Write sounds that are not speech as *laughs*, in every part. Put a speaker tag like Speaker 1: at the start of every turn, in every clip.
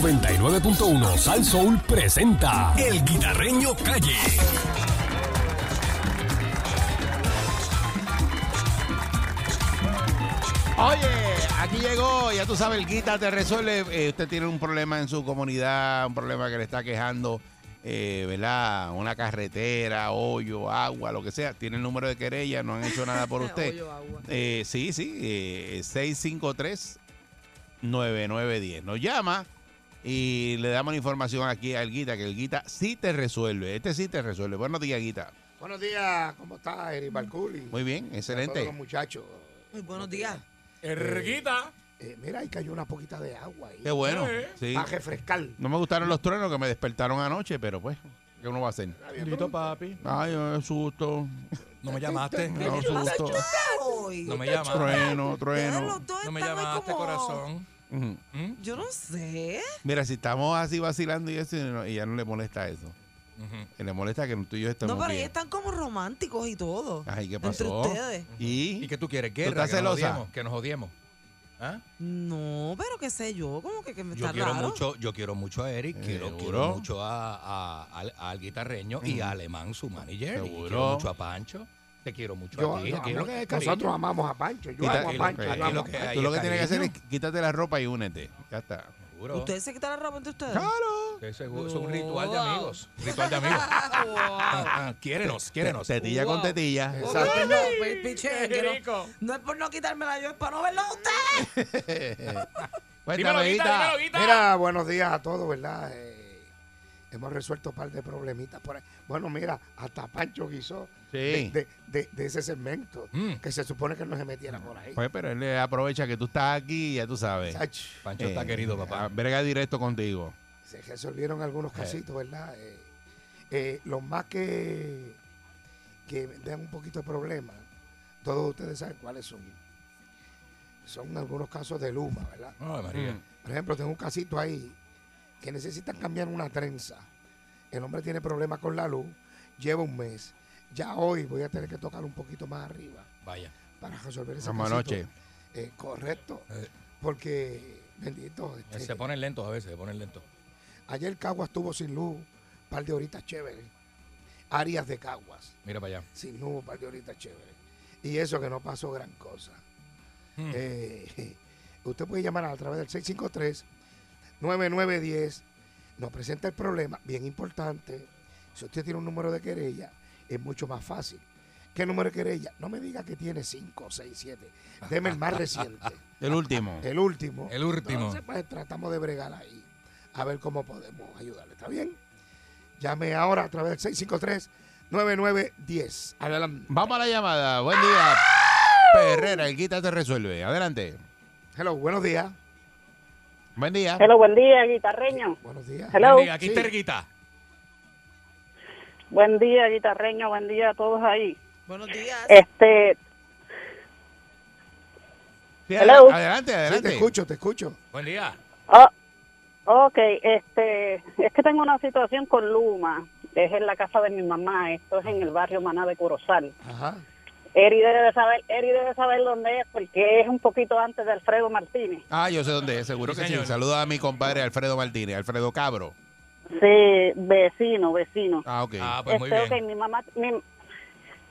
Speaker 1: 99.1 Sal Soul presenta El Guitarreño Calle.
Speaker 2: Oye, aquí llegó, ya tú sabes, el Guita te resuelve. Eh, usted tiene un problema en su comunidad, un problema que le está quejando, eh, ¿verdad? Una carretera, hoyo, agua, lo que sea. Tiene el número de querella, no han hecho nada
Speaker 3: *laughs*
Speaker 2: por usted.
Speaker 3: Hoyo, agua.
Speaker 2: Eh, sí, sí, eh, 653-9910. Nos llama y le damos la información aquí al Guita, que el Guita sí te resuelve. Este sí te resuelve. Buenos días, Guita.
Speaker 4: Buenos días, ¿cómo estás,
Speaker 5: Mm.
Speaker 4: Eric Barculi?
Speaker 2: Muy bien,
Speaker 4: Todos
Speaker 2: excelente.
Speaker 4: los muchachos.
Speaker 3: Muy buenos días.
Speaker 5: Erguita.
Speaker 4: Eh, mira, ahí cayó una poquita de agua ahí.
Speaker 2: Qué bueno.
Speaker 5: Eh.
Speaker 2: Sí.
Speaker 4: Para refrescar.
Speaker 2: No me gustaron los truenos que me despertaron anoche, pero pues, ¿qué uno va a hacer?
Speaker 5: Bendito papi.
Speaker 2: Ay, me
Speaker 5: *laughs*
Speaker 2: susto,
Speaker 5: No me llamaste.
Speaker 2: me da susto.
Speaker 3: Hoy.
Speaker 5: No me llamaste.
Speaker 2: Trueno, trueno.
Speaker 3: Los dos
Speaker 5: No me
Speaker 3: están hoy
Speaker 5: llamaste,
Speaker 3: como-
Speaker 5: corazón.
Speaker 2: Ujú.
Speaker 3: Yo no sé.
Speaker 2: Mira, si estamos así vacilando y eso, y no- y ya no le molesta eso. Y Le molesta que tú y yo estemos
Speaker 3: no, pero ahí
Speaker 2: bien.
Speaker 3: están como románticos y todo.
Speaker 2: Ay, ¿qué
Speaker 3: Entre
Speaker 2: pasó?
Speaker 3: ustedes.
Speaker 2: Y,
Speaker 5: ¿Y qué tú quieres? ¿Guerra?
Speaker 2: estás
Speaker 5: que
Speaker 2: celosa?
Speaker 5: Nos odiemos, que nos odiemos. ¿Ah?
Speaker 3: No, pero qué sé yo, como que, que me
Speaker 5: Yo
Speaker 3: está
Speaker 5: quiero
Speaker 3: raro.
Speaker 5: mucho, yo quiero mucho a Eric, quiero,
Speaker 2: Seguro. Mm.
Speaker 5: quiero mucho a, a- al, al guitarreño y a Alemán, su manager. y
Speaker 2: Seguro.
Speaker 5: quiero mucho a Pancho. Te quiero mucho
Speaker 4: Yo-
Speaker 5: a ti.
Speaker 4: yo-
Speaker 5: Aquí lo que hay es cariño.
Speaker 4: nosotros amamos a Pancho. Yo
Speaker 2: Quita-
Speaker 4: amo a
Speaker 2: y-
Speaker 4: Pancho.
Speaker 2: eh,
Speaker 4: yo
Speaker 5: aquí
Speaker 4: amo
Speaker 5: lo
Speaker 4: a
Speaker 5: que
Speaker 4: Pancho.
Speaker 5: hay
Speaker 2: tú lo
Speaker 5: es
Speaker 2: que tienes que hacer es
Speaker 5: cariño.
Speaker 2: quítate la ropa y únete. Ya está.
Speaker 5: Seguro.
Speaker 3: ¿Ustedes se quitan la ropa entre ustedes? *laughs*
Speaker 2: Claro.
Speaker 5: Ustedes seguro, Es un ritual de
Speaker 3: Wow.
Speaker 5: amigos. Ritual
Speaker 2: *laughs*
Speaker 5: de amigos. Ah, ah, quiérenos, quiérenos.
Speaker 2: Tetilla con
Speaker 3: Wow.
Speaker 2: tetilla.
Speaker 3: No,
Speaker 4: Exacto.
Speaker 3: pues, no, pues, piche,
Speaker 5: Qué
Speaker 3: que no-
Speaker 5: rico.
Speaker 3: no es por no quitármela yo, es para no verlo a ustedes.
Speaker 2: Cuéntame,
Speaker 5: Dímelo, Guita,
Speaker 2: Guita.
Speaker 5: dímelo, Guita.
Speaker 4: Mira, buenos días a todos, ¿verdad? Eh, hemos resuelto un par de problemitas por ahí. Bueno, mira, hasta Pancho guisó
Speaker 2: Sí.
Speaker 4: de, de- de- de ese segmento
Speaker 5: Mm.
Speaker 4: que se supone que no se metiera por ahí.
Speaker 2: Pues, pero él le aprovecha que tú estás aquí, ya tú sabes.
Speaker 4: Chacho.
Speaker 5: Pancho está
Speaker 2: Eh,
Speaker 5: querido,
Speaker 2: ah,
Speaker 5: papá.
Speaker 2: Brega directo contigo.
Speaker 4: se resolvieron algunos casitos, ¿verdad? Eh, eh, los más que, que dan un poquito de problema, todos ustedes saben cuáles son. Son algunos casos de Luma, ¿verdad?
Speaker 2: ah.
Speaker 5: Ay, María.
Speaker 2: Mm.
Speaker 4: Por ejemplo, tengo un casito ahí que necesitan cambiar una trenza. El hombre tiene problemas con la luz, lleva un mes. Ya hoy voy a tener que tocar un poquito más arriba
Speaker 5: Vaya.
Speaker 4: para resolver ese
Speaker 2: Como
Speaker 4: casito.
Speaker 2: anoche.
Speaker 4: Eh, correcto,
Speaker 5: Eh,
Speaker 4: porque, bendito, este,
Speaker 5: Se ponen lentos a veces, se ponen lentos.
Speaker 4: Ayer Caguas estuvo sin luz, par de horitas chévere. Áreas de Caguas,
Speaker 5: Mira para allá.
Speaker 4: sin luz, par de horitas chévere. Y eso que no pasó gran cosa.
Speaker 5: Hmm.
Speaker 4: Eh, *laughs* usted puede llamar a través del 653-9910. Nos presenta el problema, bien importante. Si usted tiene un número de querella, es mucho más fácil. ¿Qué número de querella? No me diga que tiene 5, 6, 7. Deme el más reciente.
Speaker 2: El
Speaker 5: *laughs* Eh,
Speaker 2: último.
Speaker 4: El último.
Speaker 5: El último.
Speaker 4: Entonces, pues tratamos de bregar ahí. A ver cómo podemos ayudarle. ¿Está bien? Llame ahora a través del 653-9910. Adelante.
Speaker 2: Vamos a la llamada. Buen día. Herrera, el Guita te resuelve. Adelante.
Speaker 4: Hello, buenos días.
Speaker 2: Buen día.
Speaker 6: Hello, buen día, guitarreño.
Speaker 4: Buenos días.
Speaker 6: Hello.
Speaker 5: Bendiga, aquí
Speaker 4: Sí.
Speaker 5: está Erguita.
Speaker 6: Buen día, guitarreño. Buen día a todos ahí.
Speaker 3: Buenos días.
Speaker 6: Este,
Speaker 2: Sí,
Speaker 6: Hello.
Speaker 2: adela- Adelante,
Speaker 4: Sí,
Speaker 2: adelante.
Speaker 4: te escucho, te escucho.
Speaker 5: Buen día.
Speaker 6: oh, ok, este, es que tengo una situación con Luma. Es en la casa de mi mamá. Esto es en el barrio Maná de Corozal.
Speaker 4: Ajá.
Speaker 6: Eri debe saber, Eri debe saber dónde es porque es un poquito antes de Alfredo Martínez.
Speaker 2: Ah, yo sé dónde es, seguro
Speaker 5: Sí,
Speaker 2: que
Speaker 5: señor.
Speaker 2: sí. Saluda a mi compadre Alfredo Martínez, Alfredo Cabro.
Speaker 6: Sí, vecino, vecino.
Speaker 2: Ah, ok.
Speaker 5: Ah, pues muy
Speaker 6: este, ok,
Speaker 5: bien.
Speaker 6: mi mamá, mi,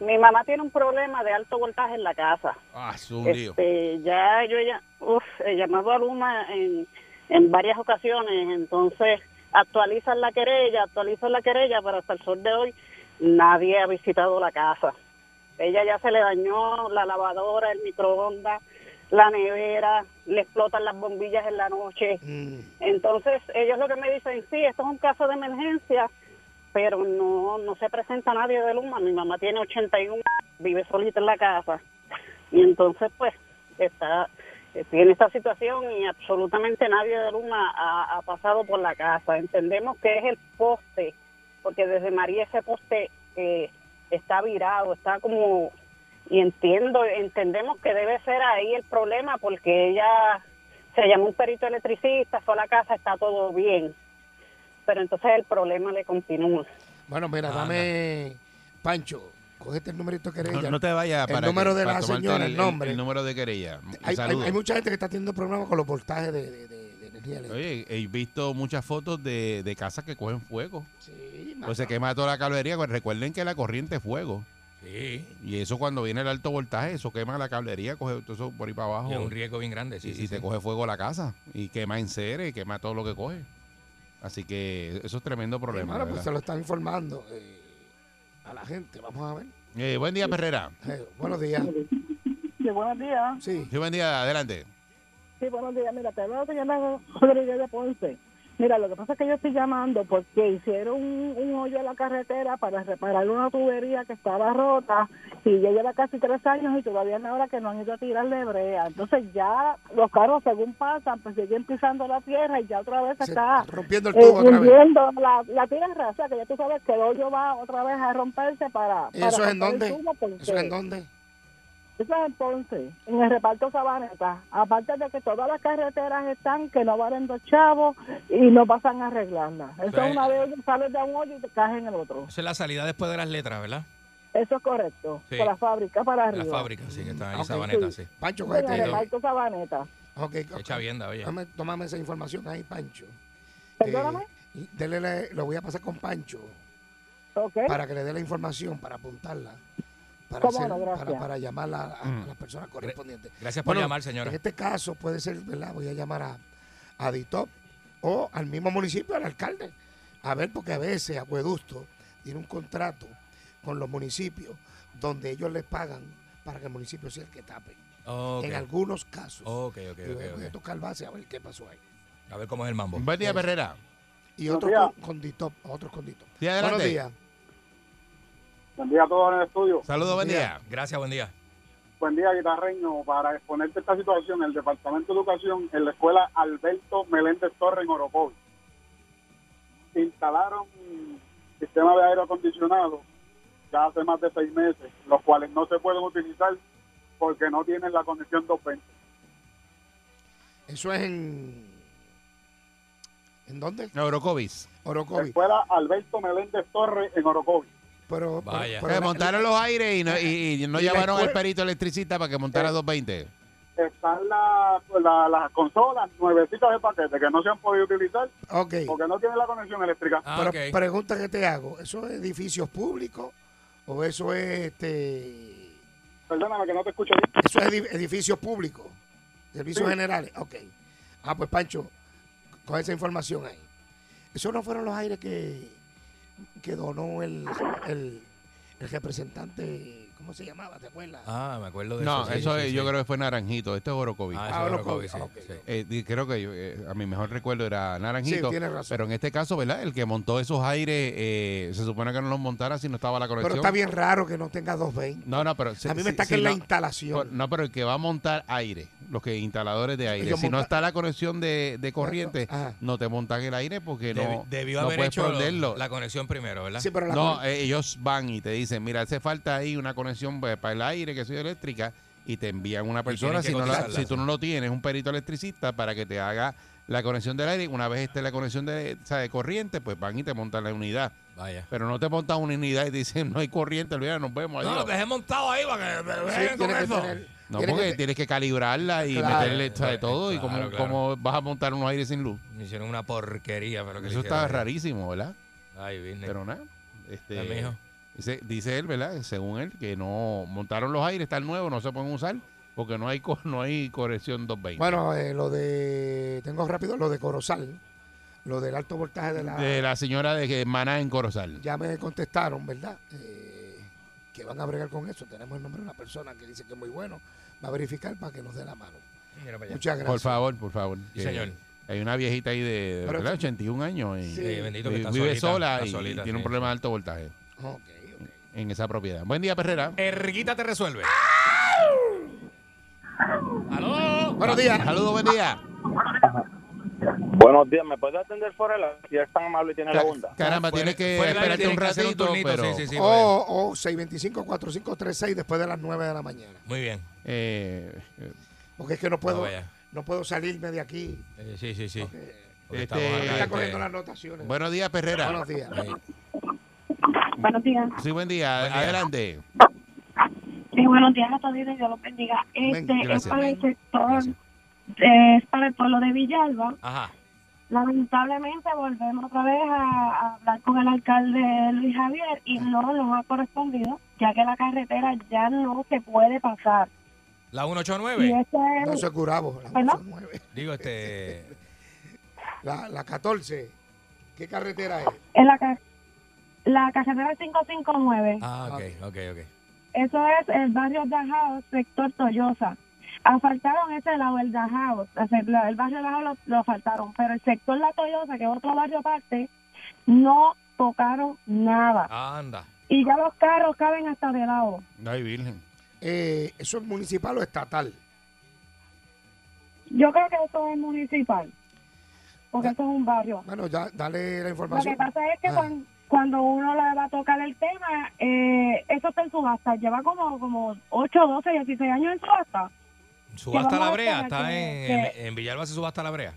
Speaker 6: mi mamá tiene un problema de alto voltaje en la casa.
Speaker 2: Ah, es un lío.
Speaker 6: Este, ya yo ya, uf, he llamado a Luma en, en varias ocasiones, entonces actualizan la querella, actualizan la querella, pero hasta el sol de hoy nadie ha visitado la casa. Ella ya se le dañó la lavadora, el microondas, la nevera, le explotan las bombillas en la noche.
Speaker 4: Mm.
Speaker 6: Entonces, ellos lo que me dicen, sí, esto es un caso de emergencia, pero no, no se presenta nadie de Luma. Mi mamá tiene 81 años, vive solita en la casa. Y entonces, pues, está eh, tiene esta situación y absolutamente nadie de Luma ha, ha pasado por la casa. Entendemos que es el poste, porque desde María ese poste eh, está virado, está como... Y entiendo, entendemos que debe ser ahí el problema porque ella se llamó un perito electricista, fue a la casa, está todo bien. Pero entonces el problema le continúa.
Speaker 4: Bueno, mira,
Speaker 5: Anda.
Speaker 4: dame, Pancho, cogete el numerito que
Speaker 2: No, no te vayas
Speaker 4: El
Speaker 2: para
Speaker 4: número de
Speaker 2: para
Speaker 4: la
Speaker 2: tomarte
Speaker 4: señora, el nombre.
Speaker 2: El, número de querella.
Speaker 4: hay, hay-
Speaker 2: Saludos.
Speaker 4: hay mucha gente que está teniendo problemas con los voltajes de, de- de- de energía eléctrica.
Speaker 2: Oye, he visto muchas fotos de, de casas que cogen fuego.
Speaker 4: Sí,
Speaker 2: Pues se quema toda la cablería. Pues recuerden que la corriente es fuego.
Speaker 5: Sí.
Speaker 2: Y eso cuando viene el alto voltaje, eso quema la cablería, coge todo eso por ahí para abajo.
Speaker 5: Y es un riesgo bien grande. Sí,
Speaker 2: y,
Speaker 5: sí,
Speaker 2: y te
Speaker 5: sí.
Speaker 2: coge fuego la casa. Y quema enseres, y quema todo lo que coge. Así que eso es tremendo problema.
Speaker 4: Hermano,
Speaker 2: de
Speaker 4: pues se
Speaker 2: verdad.
Speaker 4: lo están informando eh, a la gente. Vamos a ver.
Speaker 2: Eh, buen día, Perrera.
Speaker 4: Eh, buenos días.
Speaker 6: Sí, buenos días.
Speaker 4: Sí,
Speaker 2: Sí, buen día, adelante.
Speaker 6: Sí, buenos días. Mira, te hablo señora Rodríguez de Ponce. Mira, lo que pasa es que yo estoy llamando porque hicieron un, un hoyo en la carretera para reparar una tubería que estaba rota y ya lleva casi tres años y todavía no ahora que no han ido a tirarle brea. Entonces ya los carros según pasan, pues siguen pisando la tierra y ya otra vez
Speaker 4: se
Speaker 6: está
Speaker 4: está rompiendo el
Speaker 6: eh,
Speaker 4: tubo otra vez.
Speaker 6: hundiendo la, la tierra. O sea, que ya tú sabes que el hoyo va otra vez a romperse para...
Speaker 4: ¿Y
Speaker 6: para
Speaker 4: eso es en
Speaker 6: romper el
Speaker 4: dónde?
Speaker 6: tubo, pues, eh, porque-
Speaker 4: ¿Eso es en dónde?
Speaker 6: eso es entonces, en el reparto Sabaneta, aparte de que todas las carreteras están que no valen dos chavos y no pasan a arreglarlas. Eso
Speaker 5: Pero,
Speaker 6: es una vez sales de un hoyo y te caes en el otro.
Speaker 5: Esa es la salida después de las letras, ¿verdad?
Speaker 6: Eso es correcto.
Speaker 5: Sí.
Speaker 6: Por la fábrica para
Speaker 5: De
Speaker 6: arriba.
Speaker 5: las fábricas, sí, que están ahí,
Speaker 4: Ah, Ok,
Speaker 5: Sabaneta, sí.
Speaker 6: sí.
Speaker 4: Pancho,
Speaker 6: En el
Speaker 4: cógete.
Speaker 5: Pero-
Speaker 6: reparto Sabaneta.
Speaker 4: Ok, ok.
Speaker 5: Echa vienda, oye.
Speaker 4: Dame- tómame esa información ahí, Pancho.
Speaker 6: Perdóname.
Speaker 4: Eh, dele la- lo voy a pasar con Pancho
Speaker 6: Ok.
Speaker 4: para que le dé la información, para apuntarla, para,
Speaker 6: ¿Eh? Cómo
Speaker 4: hacer-
Speaker 6: no, gracias.
Speaker 4: para, para llamarla a,
Speaker 5: Mm.
Speaker 4: a las personas correspondientes.
Speaker 5: Gracias por llamar, señora.
Speaker 4: En este caso puede ser, ¿verdad? Voy a llamar a, a DITOP o al mismo municipio, al alcalde. A ver, porque a veces Acueducto tiene un contrato con los municipios donde ellos les pagan para que el municipio sea el que tape.
Speaker 5: Ok,
Speaker 4: En algunos casos.
Speaker 5: ok, ok,
Speaker 4: Y
Speaker 5: ok,
Speaker 4: voy a- voy a
Speaker 5: ok.
Speaker 4: tocar base a ver qué pasó ahí.
Speaker 5: A ver cómo es el mambo.
Speaker 2: Buen día, Perrera.
Speaker 4: Y
Speaker 7: Buenos
Speaker 4: otros
Speaker 7: días.
Speaker 4: con, con DITOP, otros con DITOP.
Speaker 2: Sí, adelante.
Speaker 4: Buenos días.
Speaker 7: Buen día a todos en el estudio.
Speaker 2: Saludos, buen
Speaker 4: Buen día.
Speaker 2: día.
Speaker 5: Gracias, buen día.
Speaker 7: Buen día, Guitarreño. Para exponerte esta situación, el Departamento de Educación en la escuela Alberto Meléndez Torre en Orocovi instalaron sistema de aire acondicionado ya hace más de seis meses, los cuales no se pueden utilizar porque no tienen la condición 220.
Speaker 4: Eso es en. ¿En dónde?
Speaker 2: Neurocovis.
Speaker 4: Orocovi.
Speaker 7: Escuela Alberto Meléndez Torre en Orocovi.
Speaker 4: Pero,
Speaker 5: Vaya.
Speaker 4: pero-
Speaker 2: Eh,
Speaker 4: pero-
Speaker 2: montaron los aires y no, y- y no
Speaker 4: Y la
Speaker 2: llamaron al
Speaker 4: escuela-
Speaker 2: perito electricista para que montara
Speaker 7: Eh.
Speaker 2: 220.
Speaker 7: Están la- la- las consolas nuevecitas de paquete que no se han podido utilizar
Speaker 4: Ok.
Speaker 7: porque no tienen la conexión eléctrica.
Speaker 5: Ah,
Speaker 4: pero
Speaker 5: ok.
Speaker 4: pregunta que te hago: ¿eso es edificios públicos o eso es este.
Speaker 7: Perdóname que no te escucho bien.
Speaker 4: Eso es edi- edificios públicos? Servicios
Speaker 7: Sí.
Speaker 4: generales. Ok. Ah, pues Pancho, con esa información ahí. Esos no fueron los aires que, que donó el, el, el representante. ¿Cómo se llamaba? ¿Te acuerdas?
Speaker 5: Ah, me acuerdo de
Speaker 2: No,
Speaker 5: eso.
Speaker 2: eso,
Speaker 5: sí, sí,
Speaker 2: es- yo
Speaker 5: sí.
Speaker 2: creo que fue Naranjito. Esto es Orocovis.
Speaker 5: Ah,
Speaker 4: Ah,
Speaker 5: eso
Speaker 4: los
Speaker 5: es COVID,
Speaker 4: COVID,
Speaker 5: sí,
Speaker 4: ah,
Speaker 5: sí.
Speaker 4: ok,
Speaker 2: Eh, y creo que yo, eh, a mi mejor recuerdo era Naranjito.
Speaker 4: Sí, tienes razón.
Speaker 2: Pero en este caso, ¿verdad? El que montó esos aires, eh, se supone que no los montara si no estaba la conexión.
Speaker 4: Pero está bien raro que no tenga 220.
Speaker 2: No, no, pero... si-
Speaker 4: a mí
Speaker 2: si-
Speaker 4: me está
Speaker 2: si
Speaker 4: que es la
Speaker 2: no-
Speaker 4: instalación.
Speaker 2: por- no, pero el que va a montar aire, los que instaladores de aire,
Speaker 4: Ellos
Speaker 2: si no
Speaker 4: monta-
Speaker 2: está la conexión de, de corriente,
Speaker 4: Ajá.
Speaker 2: no te montan el aire porque
Speaker 5: Debi-
Speaker 2: no,
Speaker 5: debió
Speaker 2: no
Speaker 5: haber
Speaker 2: puedes
Speaker 5: hecho lo-
Speaker 2: prenderlo.
Speaker 5: la conexión primero, ¿verdad?
Speaker 4: Sí, pero la
Speaker 2: No,
Speaker 4: con-
Speaker 2: eh, ellos van y te dicen, mira, hace falta ahí una conexión pues, para el aire, que soy eléctrica, y te envían una persona,
Speaker 5: tienen que
Speaker 2: si, no la-
Speaker 5: cotizarla.
Speaker 2: si tú no lo tienes, un perito electricista para que te haga la conexión del aire. Una vez esté la conexión de, o sea, de corriente, pues van y te montan la unidad.
Speaker 5: Vaya.
Speaker 2: Pero no te montan una unidad y te dicen, no hay corriente, olvídate, nos vemos.
Speaker 5: No,
Speaker 2: adiós".
Speaker 5: lo dejé montado ahí para que me
Speaker 4: Sí,
Speaker 5: dejen con
Speaker 4: tiene que
Speaker 5: eso.
Speaker 4: tener-
Speaker 2: No,
Speaker 4: tiene que
Speaker 2: porque
Speaker 4: te-
Speaker 2: tienes que calibrarla y
Speaker 4: Claro.
Speaker 2: meterle de todo. y
Speaker 5: Claro,
Speaker 2: cómo,
Speaker 5: claro.
Speaker 2: cómo vas a montar unos aires sin luz.
Speaker 5: Me hicieron una porquería, pero que
Speaker 2: Eso
Speaker 5: le
Speaker 2: está
Speaker 5: hicieron.
Speaker 2: rarísimo, ¿verdad?
Speaker 5: Ay, business.
Speaker 2: Pero nada. Este,
Speaker 5: Dame, hijo.
Speaker 2: dice, dice él, ¿verdad? Según él, que no montaron los aires, están nuevos, no se pueden usar porque no hay co- *laughs* no hay corrección 220.
Speaker 4: Bueno, eh, lo de. Tengo rápido lo de Corozal. Lo del alto voltaje de la.
Speaker 5: ah.
Speaker 2: de la señora de que- Maná en Corozal.
Speaker 4: Ya me contestaron, ¿verdad? Eh, que van a bregar con eso. Tenemos el nombre de una persona que dice que es muy bueno. Va a verificar para que nos dé la mano.
Speaker 5: Mira para allá.
Speaker 4: Muchas gracias.
Speaker 2: Por favor, por favor.
Speaker 5: Sí,
Speaker 2: que
Speaker 5: señor.
Speaker 2: Hay una viejita ahí de,
Speaker 4: Pero-
Speaker 2: ¿verdad? 81 años. y-
Speaker 4: Sí.
Speaker 5: Eh, bendito que
Speaker 2: y
Speaker 5: está
Speaker 2: vive
Speaker 5: solita,
Speaker 2: sola
Speaker 5: está
Speaker 2: y, y
Speaker 5: solita,
Speaker 2: tiene un
Speaker 5: sí.
Speaker 2: problema de alto voltaje
Speaker 4: Ok, ok.
Speaker 2: en esa propiedad. Buen día, Perrera.
Speaker 5: Erguita te resuelve.
Speaker 2: Ah,
Speaker 5: ¡Aló!
Speaker 4: Buenos días.
Speaker 2: Saludos, buen día.
Speaker 7: Buenos días, ¿me puedes atender fuera de la si es tan amable y tiene
Speaker 2: Ca- Caramba,
Speaker 5: Fuera-
Speaker 2: tienes que
Speaker 5: fuera
Speaker 2: esperarte
Speaker 5: del aire
Speaker 2: un
Speaker 5: tienes que hacer
Speaker 2: ratito,
Speaker 5: turnito,
Speaker 2: pero... Oh.
Speaker 5: sí, sí, sí, vaya.
Speaker 4: O, o 625-4536 después de las 9 de la mañana.
Speaker 5: Muy bien.
Speaker 2: eh, eh,
Speaker 4: Porque es que no puedo,
Speaker 5: Ah, vaya.
Speaker 4: no puedo salirme de aquí.
Speaker 5: Eh, sí, sí, sí.
Speaker 4: Eh,
Speaker 5: Porque
Speaker 2: Este-
Speaker 5: estamos acá,
Speaker 4: está
Speaker 5: este,
Speaker 4: corriendo las notaciones.
Speaker 2: buenos días, Perrera.
Speaker 4: Buenos días.
Speaker 5: eh,
Speaker 8: Buenos días.
Speaker 2: Sí, buen día.
Speaker 5: Buen día.
Speaker 2: Adelante.
Speaker 8: Sí, buenos días a todos y Dios los bendiga. Este
Speaker 2: Amén.
Speaker 8: es para el sector,
Speaker 5: Gracias.
Speaker 8: eh, es para el pueblo de Villalba.
Speaker 5: Ajá.
Speaker 6: Lamentablemente volvemos otra vez a, a hablar con el alcalde Luis Javier y no nos ha correspondido, ya que la carretera ya no se puede pasar.
Speaker 5: La
Speaker 6: Y
Speaker 5: 189.
Speaker 6: ese es-
Speaker 4: No se curabo, la
Speaker 6: ¿Perdón?
Speaker 4: 109.
Speaker 5: Digo, este.
Speaker 4: La, la 14. ¿Qué carretera es?
Speaker 6: es la, ca- la carretera 559.
Speaker 5: Ah, ok, ok, ok.
Speaker 6: Eso es el barrio Dajaos, sector Toyosa. Asfaltaron ese lado, el Dajaos. o sea, la- El barrio Dajaos lo, lo asfaltaron, pero el sector La Toyosa, que es otro barrio aparte, no tocaron
Speaker 5: Ah.
Speaker 6: nada.
Speaker 5: Anda.
Speaker 6: Y ya los carros caben hasta de lado.
Speaker 2: Ay, virgen.
Speaker 4: Eh, ¿Eso es municipal o estatal?
Speaker 6: Yo creo que eso es municipal, porque eso es un barrio.
Speaker 4: Bueno, ya, dale la
Speaker 6: Lo que
Speaker 4: información.
Speaker 6: pasa es que
Speaker 4: Ah.
Speaker 6: cuan- cuando, uno le va a tocar el tema, eh, eso está en subasta. Lleva como, como 8, 12, 16 años en subasta.
Speaker 5: Subasta
Speaker 6: vamos
Speaker 5: la
Speaker 6: a este
Speaker 5: brea,
Speaker 6: esperar
Speaker 5: está
Speaker 6: que-
Speaker 5: en,
Speaker 6: que-
Speaker 5: en Villalba se subasta la brea.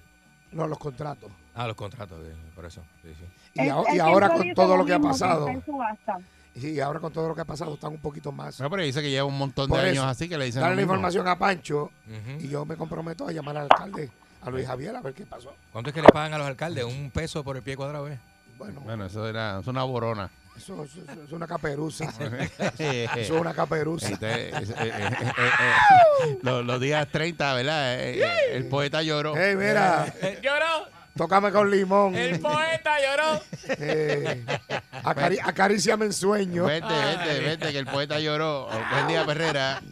Speaker 4: No, los contratos.
Speaker 5: Ah, los contratos, eh, por eso. sí, sí.
Speaker 4: Y,
Speaker 6: Él-
Speaker 4: aho-
Speaker 6: él
Speaker 4: y ahora
Speaker 6: siempre
Speaker 4: con
Speaker 6: dice
Speaker 4: todo lo que ha
Speaker 6: mismo,
Speaker 4: pasado.
Speaker 6: está en subasta.
Speaker 4: Y ahora con todo lo que ha pasado están un poquito más.
Speaker 2: No, pero dice que lleva un montón de
Speaker 4: Por
Speaker 2: años
Speaker 4: eso,
Speaker 2: así que le dicen.
Speaker 4: Dale
Speaker 2: lo
Speaker 4: la
Speaker 2: mismo.
Speaker 4: información a Pancho
Speaker 5: Ujú.
Speaker 4: y yo me comprometo a llamar al alcalde, a Luis Javier, a ver qué pasó.
Speaker 5: ¿Cuánto es que le pagan a los alcaldes? ¿Un peso por el pie cuadrado? eh?
Speaker 4: Bueno,
Speaker 2: Bueno, eso era eso es una borona.
Speaker 4: eso, eso- eso es una caperuza. Eso es
Speaker 2: *laughs* Entonces,
Speaker 4: una caperuza.
Speaker 2: es-
Speaker 4: *laughs*
Speaker 2: eh, eh, eh, eh, los, los días 30, ¿verdad? Eh, eh, el poeta lloró.
Speaker 4: Hey, mira,
Speaker 5: *laughs* Lloró,
Speaker 4: tócame con limón.
Speaker 5: poeta lloró.
Speaker 4: Eh, acari- acaríciame en sueño.
Speaker 2: Vete, vete, vete, que el poeta lloró. Buen día, Perrera.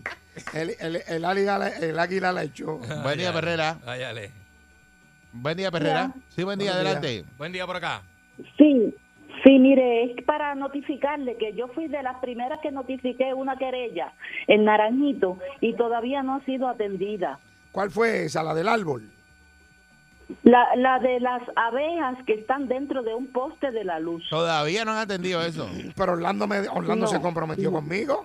Speaker 4: El, el, el águila, la- el águila la echó.
Speaker 2: Buen día, Perrera.
Speaker 5: Váyale.
Speaker 2: Buen día, Perrera. Sí, buen día,
Speaker 4: Buenos días.
Speaker 2: adelante.
Speaker 5: Buen día por acá.
Speaker 8: Sí, sí, mire, es para notificarle que yo fui de las primeras que notifiqué una querella en Naranjito y todavía no ha sido atendida.
Speaker 4: ¿Cuál fue esa? La del árbol.
Speaker 8: La, la de las abejas que están dentro de un poste de la luz.
Speaker 2: Todavía no han atendido eso.
Speaker 4: Pero Orlando, me, Orlando se comprometió conmigo.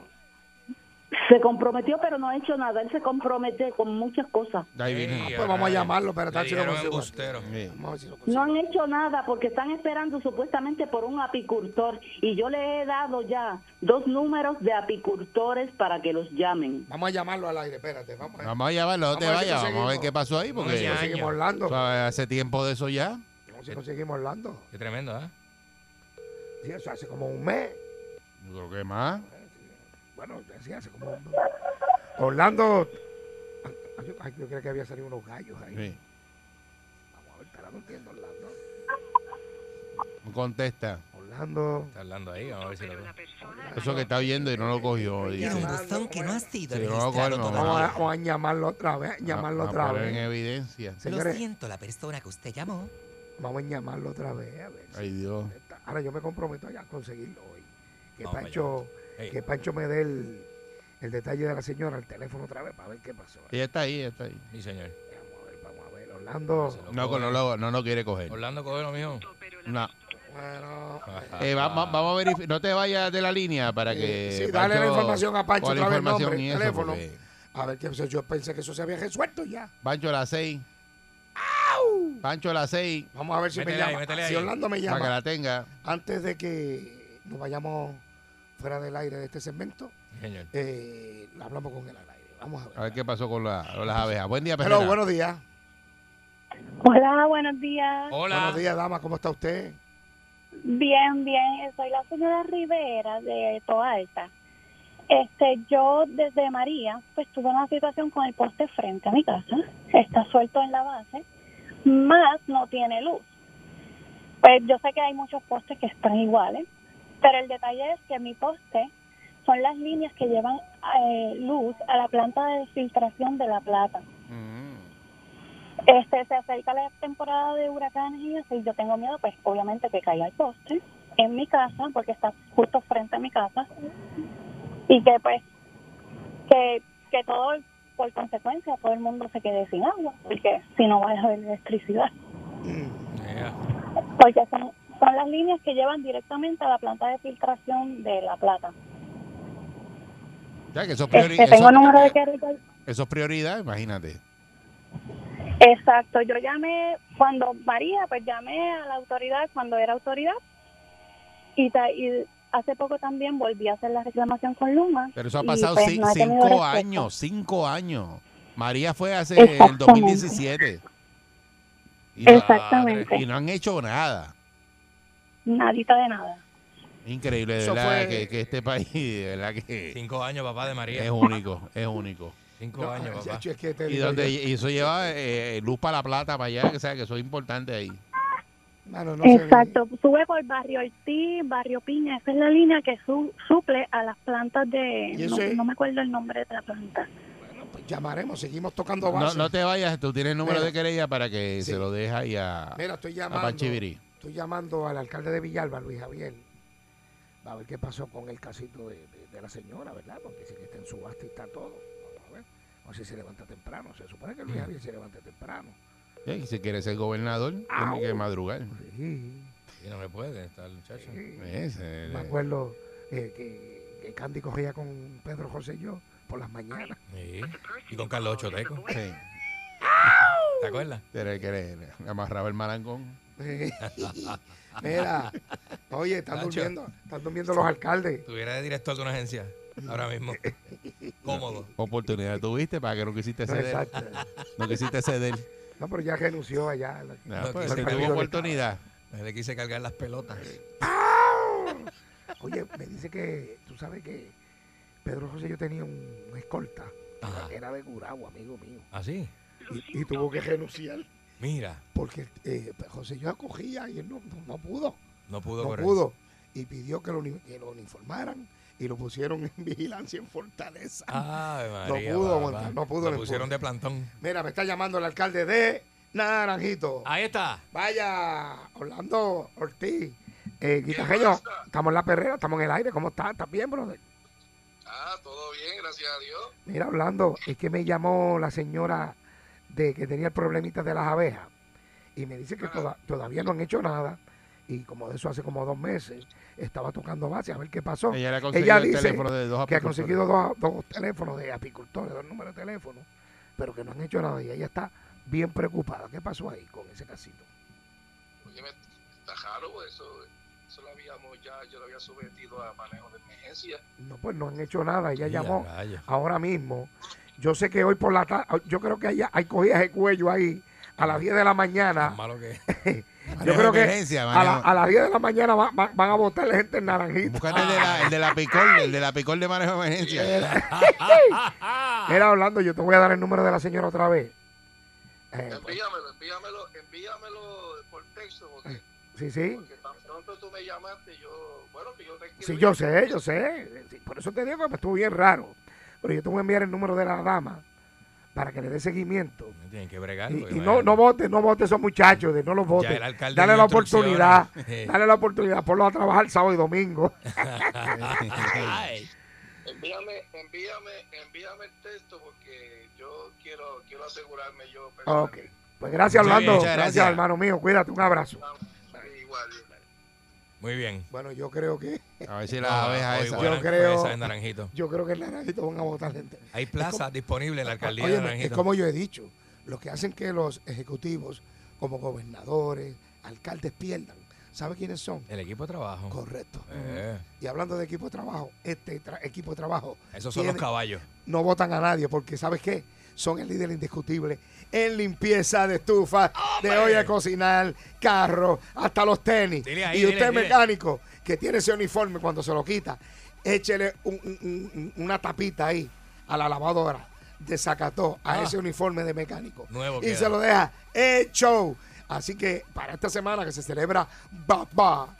Speaker 8: Se comprometió, pero no ha hecho nada. Él se compromete con muchas cosas.
Speaker 2: Ahí
Speaker 5: Sí,
Speaker 2: viene.
Speaker 4: Pues vamos a
Speaker 5: ahora
Speaker 4: llamarlo, pero está
Speaker 5: le
Speaker 4: chido
Speaker 5: dijeron
Speaker 4: con su-
Speaker 5: embustero.
Speaker 2: Sí.
Speaker 4: Vamos a ver si lo
Speaker 8: No
Speaker 4: consigo.
Speaker 8: han hecho nada porque están esperando supuestamente por un apicultor y yo le he dado ya dos números de apicultores para que los llamen.
Speaker 4: Vamos a llamarlo al aire, espérate. Vamos a ver.
Speaker 2: Vamos a llamarlo, no te
Speaker 4: Vamos a ver si
Speaker 2: vayas. Vamos a ver
Speaker 4: conseguimos.
Speaker 2: qué pasó ahí,
Speaker 4: Vamos a ver si
Speaker 2: porque
Speaker 5: Ñaño.
Speaker 4: conseguimos Orlando.
Speaker 2: o sea, hace tiempo de eso ya.
Speaker 4: Vamos a ver si conseguimos Orlando.
Speaker 5: Qué tremendo, ¿eh?
Speaker 4: Sí, eso hace como un mes.
Speaker 2: Yo creo que más.
Speaker 4: Bueno, sí, hace como un mes. Orlando. Ay, ay, yo creía que había salido unos gallos ahí.
Speaker 2: Sí.
Speaker 4: Vamos a ver, estará durmiendo Orlando.
Speaker 2: Contesta.
Speaker 4: Orlando.
Speaker 5: Está hablando ahí, vamos a ver si lo
Speaker 2: Eso que está oyendo y no lo cogió. dice.
Speaker 4: buzón que no ha
Speaker 3: sido
Speaker 2: Sí, no lo coge, no.
Speaker 4: Vamos a, vamos a llamarlo otra vez. Llamarlo
Speaker 2: A- a
Speaker 4: otra
Speaker 2: poner en
Speaker 4: vez.
Speaker 2: evidencia.
Speaker 4: Señores,
Speaker 3: siento, la persona que usted llamó.
Speaker 4: vamos a llamarlo otra vez. A ver si-
Speaker 2: Ay, Dios.
Speaker 4: Ahora yo me comprometo a conseguirlo hoy. Que
Speaker 5: Vamos
Speaker 4: Pancho,
Speaker 5: Ey.
Speaker 4: que Pancho me dé el, el detalle de la señora al teléfono otra vez para ver qué pasó.
Speaker 2: Ella está ahí, ella está ahí.
Speaker 5: Sí, señor.
Speaker 4: Vamos a ver, vamos a ver. Orlando.
Speaker 2: No,
Speaker 5: coge.
Speaker 2: no, lo, no lo quiere coger.
Speaker 5: Orlando, cógelo, mijo.
Speaker 2: No.
Speaker 4: Bueno.
Speaker 2: *laughs* Eh,
Speaker 5: *laughs*
Speaker 2: va- va- vamos a verificar. No te vayas de la línea para que.
Speaker 4: Sí, sí, dale la información a Pancho
Speaker 2: coja la
Speaker 4: otra vez, el
Speaker 2: información
Speaker 4: nombre,
Speaker 2: y
Speaker 4: el
Speaker 2: eso,
Speaker 4: teléfono.
Speaker 2: porque
Speaker 4: A ver, que eso- yo pensé que eso se había resuelto ya.
Speaker 2: Pancho a las 6. Pancho a las 6.
Speaker 4: Vamos a ver si
Speaker 5: Métele
Speaker 4: me
Speaker 5: ahí,
Speaker 4: llama.
Speaker 5: métele
Speaker 4: si
Speaker 5: ahí.
Speaker 4: Orlando me
Speaker 2: Para que
Speaker 4: llama,
Speaker 2: la tenga.
Speaker 4: antes de que nos vayamos fuera del aire de este segmento,
Speaker 5: Sí, señor.
Speaker 4: eh, hablamos con él al aire. Vamos a ver.
Speaker 2: A ver qué pasó con, la- con las abejas. Buen día, Perrera.
Speaker 4: Pero buenos días.
Speaker 6: Hola, buenos días.
Speaker 5: Hola.
Speaker 4: Buenos días, dama. ¿Cómo está usted?
Speaker 6: Bien, bien, soy la señora Rivera de Toa Alta. Este, yo desde María, pues tuve una situación con el poste frente a mi casa, está suelto en la base, más no tiene luz. Pues yo sé que hay muchos postes que están iguales, pero el detalle es que mi poste son las líneas que llevan eh, luz a la planta de filtración de la plata.
Speaker 2: Mm.
Speaker 6: Este, se acerca la temporada de huracanes y así, yo tengo miedo, pues obviamente que caiga el poste en mi casa, porque está justo frente a mi casa, y que pues, que, que todo, por consecuencia, todo el mundo se quede sin agua, porque si no va a haber electricidad,
Speaker 5: Yeah.
Speaker 6: porque son, son las líneas que llevan directamente a la planta de filtración de La Plata.
Speaker 2: Ya que eso es priori-
Speaker 6: Este,
Speaker 2: eso-
Speaker 6: tengo
Speaker 2: eh,
Speaker 6: número de que
Speaker 2: eso es prioridad, imagínate.
Speaker 6: Exacto, yo llamé cuando María, pues llamé a la autoridad cuando era autoridad y, ta- y hace poco también volví a hacer la reclamación con Luma.
Speaker 2: Pero eso ha
Speaker 6: y,
Speaker 2: pasado
Speaker 6: pues,
Speaker 2: ci-
Speaker 6: no he tenido
Speaker 2: cinco
Speaker 6: respuesta.
Speaker 2: años, cinco años. María fue hace el
Speaker 6: Exactamente.
Speaker 2: 2017. Y madre,
Speaker 8: Exactamente.
Speaker 2: Y no han hecho nada.
Speaker 8: Nadita de nada.
Speaker 2: Increíble, de
Speaker 5: Eso
Speaker 2: verdad,
Speaker 5: fue-
Speaker 2: que, que este país, *laughs* de verdad que
Speaker 5: Cinco años, papá de María.
Speaker 2: es único, es
Speaker 4: *laughs*
Speaker 2: único.
Speaker 5: Cinco
Speaker 4: No, eh,
Speaker 5: años, papá.
Speaker 4: chacho, es que te
Speaker 2: Y,
Speaker 4: digo
Speaker 2: donde,
Speaker 4: yo,
Speaker 2: y eso lleva eh, luz para la plata, para allá, que sea que eso es importante ahí.
Speaker 4: mano, no se ve.
Speaker 8: Exacto, sube por Barrio Ortiz, Barrio Piña, esa es la línea que su- suple a las plantas de...
Speaker 4: Y eso
Speaker 8: No,
Speaker 4: es-
Speaker 8: no me acuerdo el nombre de la planta.
Speaker 4: Pues llamaremos, seguimos tocando
Speaker 2: No,
Speaker 4: bases.
Speaker 2: no te vayas, tú tienes el número
Speaker 4: Mira.
Speaker 2: de querella para que
Speaker 4: Sí.
Speaker 2: se lo dejes ahí a,
Speaker 4: Mira, estoy
Speaker 2: a
Speaker 4: llamando.
Speaker 2: Pachiviri.
Speaker 4: Estoy llamando al alcalde de Villalba, Luis Javier, a ver qué pasó con el casito de, de- de la señora, ¿verdad? Porque dice que está en subasta y está todo. Vamos a ver. No sé si se levanta temprano. Se supone que
Speaker 2: Mm.
Speaker 4: Luis Javier se levanta temprano.
Speaker 2: Eh, y si quieres ser gobernador,
Speaker 4: Au.
Speaker 2: tiene que madrugar.
Speaker 4: Sí.
Speaker 5: Y no me puede estar, muchacho.
Speaker 2: Es, eh,
Speaker 4: Me acuerdo eh, que, que Candy corría con Pedro José y yo por las
Speaker 2: *laughs*
Speaker 4: mañanas. *laughs*
Speaker 5: Sí. Y con Carlos Ochoteco.
Speaker 2: sí,
Speaker 5: ¿Te acuerdas?
Speaker 2: tiene que le- le amarraba el marangón.
Speaker 4: Mira, oye, están
Speaker 5: Nacho.
Speaker 4: durmiendo, están durmiendo los alcaldes.
Speaker 5: Tuviera de director de una agencia
Speaker 4: *laughs*
Speaker 5: ahora mismo. Cómodo.
Speaker 2: Oportunidad tuviste para que no quisiste ceder.
Speaker 4: Exacto.
Speaker 2: No quisiste ceder.
Speaker 4: No, pero ya renunció allá.
Speaker 2: No,
Speaker 5: No
Speaker 2: pues,
Speaker 5: quise
Speaker 2: si
Speaker 5: ceder.
Speaker 2: tuvo oportunidad.
Speaker 5: Le quise cargar las pelotas.
Speaker 4: Oye, me dice que, tú sabes que Pedro José yo tenía un, un escolta.
Speaker 5: Ajá.
Speaker 4: Era de Gurabo, amigo mío.
Speaker 5: ¿Así?
Speaker 4: Y, y tuvo que renunciar
Speaker 5: Mira,
Speaker 4: porque eh, José yo acogía y él no, no- no pudo.
Speaker 5: no pudo
Speaker 4: No
Speaker 5: correr.
Speaker 4: pudo. Y pidió que lo, uni- que lo uniformaran y lo pusieron en *laughs* vigilancia en Fortaleza.
Speaker 5: Ah. Ave María,
Speaker 4: pudo
Speaker 5: papá.
Speaker 4: aguantar, no pudo,
Speaker 5: Lo
Speaker 4: le
Speaker 5: pusieron
Speaker 4: pudo.
Speaker 5: de plantón.
Speaker 4: Mira, me está llamando el alcalde de Naranjito.
Speaker 5: Ahí está.
Speaker 4: Vaya, Orlando Ortiz. Eh, guitarreño, estamos en la perrera, estamos en el aire. ¿Cómo estás? ¿Estás bien, brother?
Speaker 9: Ah, todo bien, gracias a Dios.
Speaker 4: Mira, Orlando, es que me llamó la señora de que tenía el problemita de las abejas y me
Speaker 9: Ah.
Speaker 4: dice que toda- todavía no han hecho nada y como de eso hace como dos meses estaba tocando base a ver qué pasó.
Speaker 2: Ella le ha conseguido
Speaker 4: Ella
Speaker 2: el
Speaker 4: dice
Speaker 2: teléfono de dos
Speaker 4: que ha
Speaker 2: apicultores.
Speaker 4: conseguido dos, dos teléfonos de apicultores, dos números de teléfono, pero que no han hecho nada y ella está bien preocupada. ¿Qué pasó ahí con ese casito?
Speaker 9: Oye, me- está raro, eso, eso lo habíamos ya, yo lo había sometido a manejo de emergencia.
Speaker 4: No, pues no han hecho nada. Ella llamó
Speaker 5: Ya, rayos.
Speaker 4: ahora mismo. Yo sé que hoy por la tarde, yo creo que allá hay cogidas de cuello ahí a las 10 de la mañana.
Speaker 5: Tan malo que.
Speaker 4: Yo creo que
Speaker 2: Emergencia,
Speaker 4: a,
Speaker 2: manejo.
Speaker 4: la- a las 10 de la mañana va- va- van a votar la gente en naranjito.
Speaker 2: Búscate el de la, el de la picol, el de la picol de manejo de
Speaker 4: *laughs*
Speaker 2: emergencia.
Speaker 4: Mira, Orlando, yo te voy a dar el número de la señora otra vez. Eh,
Speaker 9: Envíamelo, envíamelo, envíamelo por texto, porque,
Speaker 4: sí, sí.
Speaker 9: porque tan pronto tú me llamaste, yo, bueno, que yo te escribo.
Speaker 4: Sí, yo sé, yo sé. Sí, Por eso te digo que me estuvo bien raro. Pero yo te voy a enviar el número de la dama para que le dé seguimiento.
Speaker 5: Tienen que bregar.
Speaker 4: Y,
Speaker 5: porque
Speaker 4: y no,
Speaker 5: imagínate.
Speaker 4: no vote, no vote esos muchachos, de no los vote.
Speaker 5: el alcalde
Speaker 4: Dale
Speaker 5: dio
Speaker 4: la oportunidad,
Speaker 5: instrucciones.
Speaker 4: dale la oportunidad, ponlo a trabajar sábado y domingo.
Speaker 5: Ay.
Speaker 9: Envíame, envíame, envíame el texto porque yo quiero, quiero asegurarme yo.
Speaker 4: ok. Pues gracias,
Speaker 5: Muy bien,
Speaker 4: Orlando.
Speaker 5: muchas
Speaker 4: Gracias,
Speaker 5: gracias.
Speaker 4: hermano mío. Cuídate, un abrazo.
Speaker 9: personalmente, Igual, igual.
Speaker 5: *laughs* Muy bien. Ah,
Speaker 4: Bueno, yo creo que
Speaker 2: A ver si las abejas
Speaker 5: Hoy
Speaker 2: esas.
Speaker 5: buena
Speaker 4: Yo creo-
Speaker 5: empresa en Naranjito.
Speaker 4: yo creo que en Naranjito van a votar gente.
Speaker 5: Hay plazas disponibles en la alcaldía
Speaker 4: Óyeme,
Speaker 5: de
Speaker 4: es
Speaker 5: Naranjito.
Speaker 4: como yo he dicho, los que hacen que los ejecutivos, como gobernadores, alcaldes pierdan, ¿sabe quiénes son?
Speaker 5: El equipo de trabajo.
Speaker 4: Correcto.
Speaker 5: Eh,
Speaker 4: Y hablando de equipo de trabajo, este tra- equipo de trabajo
Speaker 5: esos son los
Speaker 4: tiene-
Speaker 5: caballos.
Speaker 4: no votan a nadie porque, ¿sabes qué? Son el líder indiscutible en limpieza de estufa, de olla de cocinar, carro, hasta los tenis.
Speaker 5: Dile ahí,
Speaker 4: y usted,
Speaker 5: dile, dile.
Speaker 4: mecánico, que tiene ese uniforme cuando se lo quita, échele un- un- un- una tapita ahí a la lavadora, desacató a
Speaker 5: Ah.
Speaker 4: ese uniforme de mecánico
Speaker 5: Nuevo
Speaker 4: y
Speaker 5: queda.
Speaker 4: se lo deja hecho. Así que para esta semana que se celebra Baba,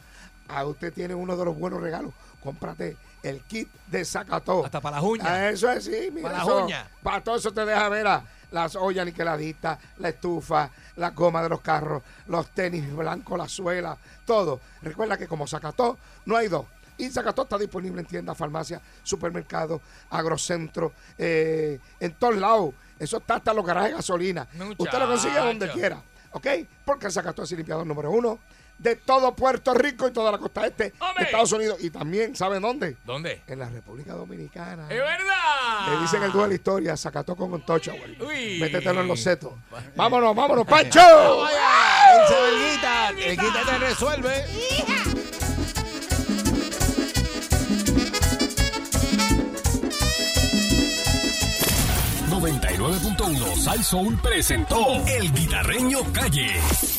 Speaker 4: a usted tiene uno de los buenos regalos. Cómprate el kit de sacató.
Speaker 5: Hasta para las uñas.
Speaker 4: Ah, eso es, sí, mira.
Speaker 5: Para las
Speaker 4: eso-
Speaker 5: uñas.
Speaker 4: Para todo eso te deja ver a las ollas niqueladitas, la estufa, la goma de los carros, los tenis blancos, la suela, todo. Recuerda que como Zacató no hay dos. Y Zacató está disponible en tiendas, farmacias, supermercados, agrocentro, eh, en todos lados. Eso está hasta en los garajes de gasolina. Usted lo consigue donde
Speaker 5: Muchacho.
Speaker 4: quiera, ¿ok? Porque Zacató es el limpiador número uno de todo Puerto Rico y toda la costa este
Speaker 5: ¡Hombre!
Speaker 4: de Estados Unidos. Y también, ¿saben dónde?
Speaker 5: ¿Dónde?
Speaker 4: En la República Dominicana.
Speaker 5: ¡Es verdad!
Speaker 4: Le dicen el dúo de la historia, sacató con un tocho, güey.
Speaker 5: Ah. Uy.
Speaker 4: Métetelo en los setos. Vámonos, vámonos, Pancho.
Speaker 2: ¡Vaya! ¡Ese Belguita! El Guita te resuelve!
Speaker 1: nueve 99.1 Sal Soul presentó El Guitarreño Calle.